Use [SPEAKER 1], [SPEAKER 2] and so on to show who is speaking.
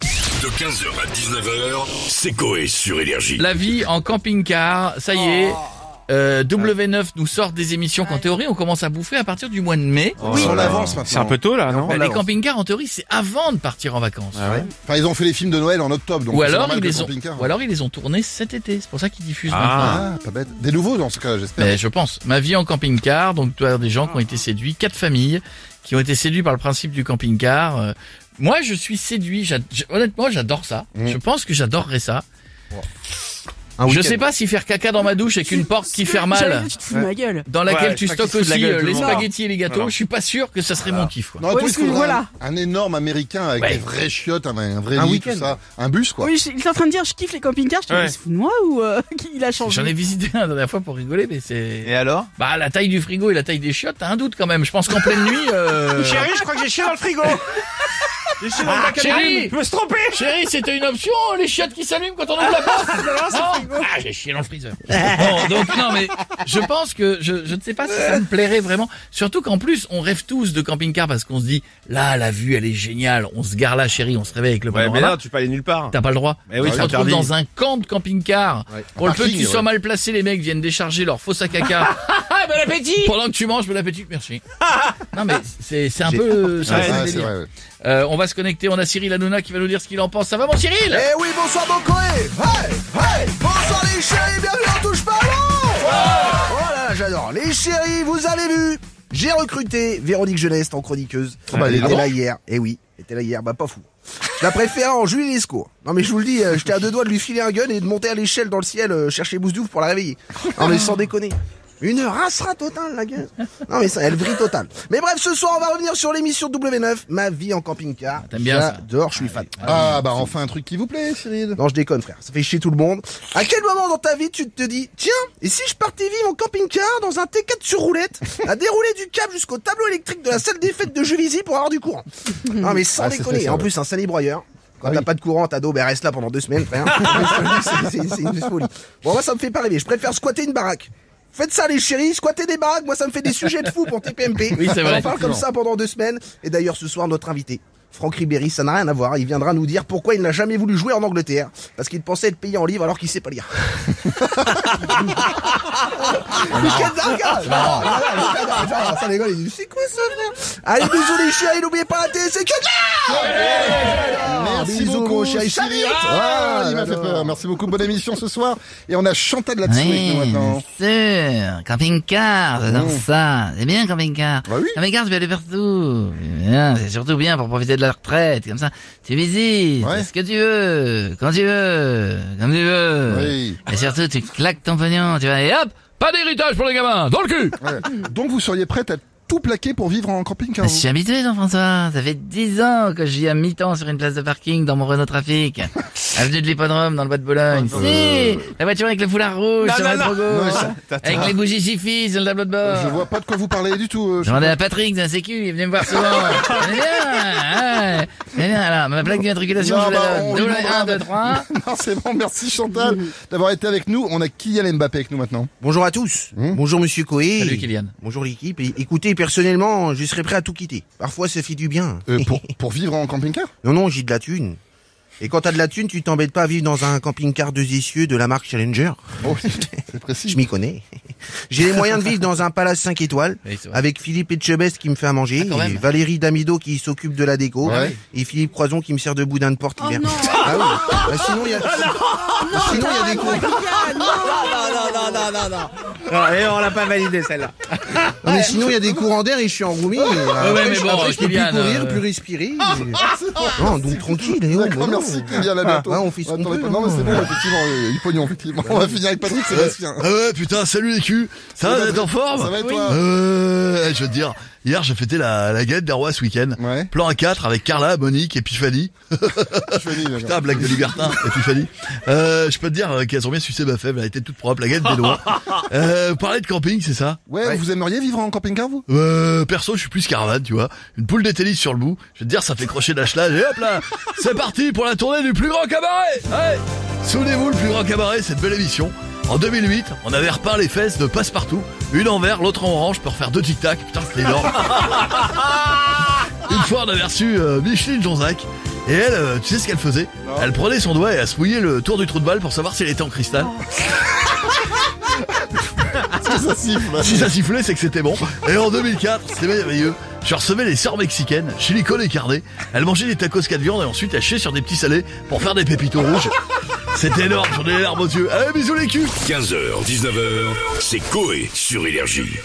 [SPEAKER 1] De 15h à 19h, c'est Coé sur Énergie.
[SPEAKER 2] La vie en camping-car, ça y est. euh, W9 nous sort des émissions qu'en théorie on commence à bouffer à partir du mois de mai.
[SPEAKER 3] Oui. On avance maintenant.
[SPEAKER 4] C'est un peu tôt là, non
[SPEAKER 2] Bah, les camping-cars en théorie c'est avant de partir en vacances.
[SPEAKER 3] Enfin, ils ont fait les films de Noël en octobre, donc
[SPEAKER 2] ou,
[SPEAKER 3] c'est
[SPEAKER 2] alors
[SPEAKER 3] normal
[SPEAKER 2] ils
[SPEAKER 3] que
[SPEAKER 2] les ont,
[SPEAKER 3] camping-car.
[SPEAKER 2] ou alors ils les ont tournés cet été, c'est pour ça qu'ils diffusent maintenant. hein.
[SPEAKER 3] Ah, pas bête. Des nouveaux dans ce cas, j'espère.
[SPEAKER 2] Mais je pense, ma vie en camping-car, donc tu as des gens qui ont été séduits, quatre familles qui ont été séduits par le principe du camping-car. Euh, moi je suis séduit, j'ad- j'- honnêtement j'adore ça,
[SPEAKER 3] Mmh.
[SPEAKER 2] je pense que j'adorerais ça. Je sais pas si faire caca dans ma douche avec une porte qui fait mal.
[SPEAKER 5] J'allais dire, Tu te fous de ma gueule.
[SPEAKER 2] dans laquelle
[SPEAKER 4] Ouais,
[SPEAKER 2] tu
[SPEAKER 4] je sais pas
[SPEAKER 2] stockes
[SPEAKER 4] qui se fout de la
[SPEAKER 2] aussi
[SPEAKER 4] gueule,
[SPEAKER 2] euh,
[SPEAKER 4] tout
[SPEAKER 2] les
[SPEAKER 4] le monde.
[SPEAKER 2] spaghettis et les gâteaux,
[SPEAKER 4] Voilà.
[SPEAKER 2] je suis pas sûr que ça serait mon kiff. Quoi.
[SPEAKER 3] Non, en
[SPEAKER 5] Ouais,
[SPEAKER 3] plus,
[SPEAKER 5] parce que
[SPEAKER 3] faudrait
[SPEAKER 5] voilà.
[SPEAKER 3] un, un énorme américain avec
[SPEAKER 2] Ouais.
[SPEAKER 3] des vraies chiottes, un, un vrai lit, tout ça. Un bus, quoi.
[SPEAKER 5] Oui, je- il est en train de dire je kiffe les camping-cars. Je te dis,
[SPEAKER 4] Ouais.
[SPEAKER 5] il se fout de moi ou euh, il a changé
[SPEAKER 2] J'en ai visité un la dernière fois pour rigoler, mais c'est...
[SPEAKER 4] alors
[SPEAKER 2] Bah la taille du frigo et la taille des chiottes, t'as un doute quand même. Je pense qu'en pleine nuit... euh,
[SPEAKER 4] Chérie, je crois que j'ai chié dans le frigo J'ai chié dans le bac à
[SPEAKER 2] chérie
[SPEAKER 4] légumes. Je me suis trompé
[SPEAKER 2] Chérie, c'était une option, les chiottes qui s'allument quand on ouvre la porte Non Ah, j'ai chié dans le freezer. Bon, donc non, mais je pense que je, je ne sais pas si ça me plairait vraiment. Surtout qu'en plus, on rêve tous de camping-car parce qu'on se dit, là, la vue, elle est géniale. On se gare là, chérie, on se réveille avec le
[SPEAKER 4] Ouais,
[SPEAKER 2] panorama.
[SPEAKER 4] mais là, tu peux aller nulle part.
[SPEAKER 2] T'as pas le droit.
[SPEAKER 4] Eh oui,
[SPEAKER 2] tu te
[SPEAKER 4] c'est
[SPEAKER 2] retrouves
[SPEAKER 4] interdit.
[SPEAKER 2] dans un camp de camping-car.
[SPEAKER 3] Ouais.
[SPEAKER 2] Pour le
[SPEAKER 3] Un
[SPEAKER 2] peu que tu
[SPEAKER 3] parking,
[SPEAKER 2] sois
[SPEAKER 3] ouais.
[SPEAKER 2] mal placé, les mecs viennent décharger leur faux sac à caca.
[SPEAKER 5] Ah, bon appétit
[SPEAKER 2] Pendant que tu manges, bon appétit, merci. non mais c'est c'est un peu... c'est un
[SPEAKER 3] Ah,
[SPEAKER 2] peu
[SPEAKER 4] Ouais,
[SPEAKER 2] le
[SPEAKER 3] c'est
[SPEAKER 2] délire.
[SPEAKER 3] vrai, ouais.
[SPEAKER 2] Euh, on va se connecter, on a Cyril Hanouna qui va nous dire ce qu'il en pense. Ça va mon Cyril
[SPEAKER 6] Eh oui, bonsoir mon Coé Hey Hey Bonsoir les chéris, bienvenue en touche pas à l'eau Oh là là, j'adore Les chéris, vous avez vu J'ai recruté Véronique Genest en chroniqueuse.
[SPEAKER 3] Ah bah, elle
[SPEAKER 6] elle
[SPEAKER 3] est
[SPEAKER 6] était
[SPEAKER 3] là-bas
[SPEAKER 6] là hier, eh oui, elle était là hier, bah pas fou. Je la préfère en Julie Lescaut. Non mais je vous le dis, euh, j'étais à deux doigts de lui filer un gun et de monter à l'échelle dans le ciel euh, chercher Bousdouf pour la réveiller. Non mais sans déconner. Une racera totale la gueule. Non mais ça, elle brille totale. Mais bref, ce soir on va revenir sur l'émission W9, ma vie en camping-car.
[SPEAKER 2] Ah, t'aimes bien ça.
[SPEAKER 6] Dehors, je suis fan.
[SPEAKER 3] Ah, bah, enfin, un truc qui vous plaît, Cyril.
[SPEAKER 6] Non, je déconne, frère. Ça fait chier tout le monde. À quel moment dans ta vie tu te dis, tiens, et si je partais vivre en camping-car dans un T4 sur roulette, à dérouler du câble jusqu'au tableau électrique de la salle des fêtes de Juvisy pour avoir du courant Non, mais sans
[SPEAKER 3] Ah, c'est
[SPEAKER 6] déconner.
[SPEAKER 3] fait, ça,
[SPEAKER 6] en
[SPEAKER 3] ouais.
[SPEAKER 6] plus, un sali broyeur. Quand
[SPEAKER 3] Ah
[SPEAKER 6] t'as
[SPEAKER 3] oui.
[SPEAKER 6] pas de courant, ta daube, elle reste là pendant deux semaines, frère. Ah, C'est- c'est c'est une folie. Bon, moi, ça me fait pas rêver. Je préfère squatter une baraque. Faites ça, les chéris, squatter des baraques. Moi, ça me fait des sujets de fou pour TPMP.
[SPEAKER 2] Oui, c'est vrai.
[SPEAKER 6] On en parle comme ça pendant deux semaines. Et d'ailleurs, ce soir, notre invité, Franck Ribéry, ça n'a rien à voir. Il viendra nous dire pourquoi il n'a jamais voulu jouer en Angleterre. Parce qu'il pensait être payé en livres alors qu'il sait pas lire. Mais quel dingue hein. Ah, Ça rigole, il dit, c'est quoi ça, frère Allez, bisous les chéris, n'oubliez pas la télé, c'est que de la-
[SPEAKER 3] Merci
[SPEAKER 6] bisous,
[SPEAKER 3] beaucoup,
[SPEAKER 6] mon chéri
[SPEAKER 3] Cyril.
[SPEAKER 6] Cyril.
[SPEAKER 3] Ah, il m'a fait
[SPEAKER 6] alors.
[SPEAKER 3] peur. Merci beaucoup. Bonne émission ce soir. Et on a Chantal là-dessous avec nous maintenant.
[SPEAKER 7] sûr, camping-car, j'adore ça. C'est bien camping-car.
[SPEAKER 3] Oh. Bah oui.
[SPEAKER 7] Camping-car, tu peux aller partout. C'est bien, C'est surtout bien pour profiter de la retraite, comme ça. Tu visites,
[SPEAKER 3] Ouais.
[SPEAKER 7] fais ce que tu veux, quand tu veux, comme tu veux.
[SPEAKER 3] Oui.
[SPEAKER 7] Et surtout, tu claques ton pognon, tu vas et hop, pas d'héritage pour les gamins, dans le cul.
[SPEAKER 3] Ouais. Donc, vous seriez prête à tout plaquer pour vivre en camping-car.
[SPEAKER 2] Ah,
[SPEAKER 7] Je
[SPEAKER 3] vous
[SPEAKER 7] suis habitué, Jean-François. Ça fait dix ans que je vis à mi-temps sur une place de parking dans mon Renault Trafic. Avenue de l'Hippodrome, dans le bois de Bologne.
[SPEAKER 8] Oh,
[SPEAKER 7] Si La voiture avec le foulard rouge
[SPEAKER 4] Non,
[SPEAKER 7] sur
[SPEAKER 4] non,
[SPEAKER 7] la
[SPEAKER 4] non.
[SPEAKER 7] gauche.
[SPEAKER 3] Non,
[SPEAKER 7] Avec les bougies chiffis sur le tableau de bord.
[SPEAKER 3] Je vois pas de quoi vous parlez du tout. euh,
[SPEAKER 7] Je demandais à Patrick d'un sécu, il est venu me voir souvent. Venez bien, ouais. Venez bien, alors, ma plaque d'immatriculation,
[SPEAKER 3] Non,
[SPEAKER 7] je vous
[SPEAKER 3] bah,
[SPEAKER 7] la donne.
[SPEAKER 3] on lui
[SPEAKER 7] Double
[SPEAKER 3] demandera
[SPEAKER 7] 1, 2,
[SPEAKER 3] d'être-
[SPEAKER 7] 3.
[SPEAKER 3] Non, c'est bon, merci Chantal d'avoir été avec nous. On a Kylian Mbappé avec nous maintenant.
[SPEAKER 6] Bonjour à tous.
[SPEAKER 3] Mmh.
[SPEAKER 6] Bonjour Monsieur Coé.
[SPEAKER 2] Hmm Salut, Kylian.
[SPEAKER 6] Bonjour l'équipe. Et Écoutez, personnellement, je serais prêt à tout quitter. Parfois, ça fait du bien.
[SPEAKER 3] Euh, pour, pour vivre en camping-car
[SPEAKER 6] Non, non, j'ai de la thune. Et quand t'as de la thune, tu t'embêtes pas à vivre dans un camping-car deux essieux de la marque Challenger.
[SPEAKER 3] Oh, C'est précis.
[SPEAKER 6] Je m'y connais. J'ai les moyens de vivre dans un palace 5 étoiles.
[SPEAKER 2] Oui, c'est vrai. Ah,
[SPEAKER 6] Avec Philippe Etchebest qui me fait à manger,
[SPEAKER 2] quand
[SPEAKER 6] et
[SPEAKER 2] même.
[SPEAKER 6] Valérie Damido qui s'occupe de la déco,
[SPEAKER 3] Ouais.
[SPEAKER 6] et Philippe Croison qui me sert de boudin de porte
[SPEAKER 5] Oh
[SPEAKER 6] l'hiver.
[SPEAKER 5] non Oh
[SPEAKER 6] Ah oui. Bah, sinon il y a,
[SPEAKER 5] Ah,
[SPEAKER 6] sinon il y a des cons.
[SPEAKER 4] Et on l'a pas validé celle-là.
[SPEAKER 6] Non, mais sinon, il y a des courants d'air et je suis en roomie. Et, euh,
[SPEAKER 2] ouais,
[SPEAKER 6] après,
[SPEAKER 2] mais
[SPEAKER 6] je-
[SPEAKER 2] bon,
[SPEAKER 6] après, je peux plus
[SPEAKER 2] Kylian,
[SPEAKER 6] courir,
[SPEAKER 2] euh,
[SPEAKER 6] plus respirer. et- Non, donc tranquille. eh, oh,
[SPEAKER 3] D'accord,
[SPEAKER 6] bah non.
[SPEAKER 3] merci Kylian, à bientôt.
[SPEAKER 6] Ouais, on fait ce
[SPEAKER 3] Ouais,
[SPEAKER 6] qu'on
[SPEAKER 3] attendez
[SPEAKER 6] peut,
[SPEAKER 3] pas- Non, mais
[SPEAKER 6] hein.
[SPEAKER 3] c'est bon, effectivement, euh, il pognon, effectivement. On va finir avec Patrick Sébastien.
[SPEAKER 8] Ah ouais, putain, salut les culs Ça va,
[SPEAKER 3] Salut,
[SPEAKER 8] t'es en forme
[SPEAKER 3] Ça va et toi
[SPEAKER 8] Euh, je veux te dire, hier j'ai fêté la, la galette des rois ce week-end.
[SPEAKER 3] Ouais.
[SPEAKER 8] Plan à 4 avec Carla, Monique, Epiphanie.
[SPEAKER 3] Je finis, d'accord.
[SPEAKER 8] Putain, blague de libertin, Epiphanie. Euh, je peux te dire euh, qu'elles ont bien sucé ma fève, elle était toute propre, la galette des rois. Euh, parler de camping, c'est ça
[SPEAKER 3] Ouais, vous aimeriez vivre en camping-car, vous
[SPEAKER 8] euh, perso, je suis plus caravane, tu vois. Une poule de tennis sur le bout. Je vais te dire, ça fait crochet d'achelage. Et hop là, c'est parti pour la tournée du plus grand cabaret. Ouais. Souvenez-vous, le plus grand cabaret, cette belle émission. En 2008, on avait repeint les fesses de passe-partout. Une en vert, l'autre en orange pour faire deux tic-tac. Putain, c'était énorme. Une fois, on avait reçu euh, Micheline Jonzac Et elle, euh, tu sais ce qu'elle faisait Elle prenait son doigt et elle se mouillait le tour du trou de balle pour savoir si elle était en cristal.
[SPEAKER 3] ça siffle.
[SPEAKER 8] Si ça sifflait, c'est que c'était bon. Et en 2004, c'était merveilleux. Je recevais les sœurs mexicaines, chili-col et carnet. Elles mangeaient des tacos 4 viandes et ensuite elles chiaient sur des petits salés pour faire des pépitos rouges. C'était énorme, j'en ai les larmes aux yeux. Allez, bisous les culs
[SPEAKER 1] 15h, 19h, c'est Coé sur Énergie.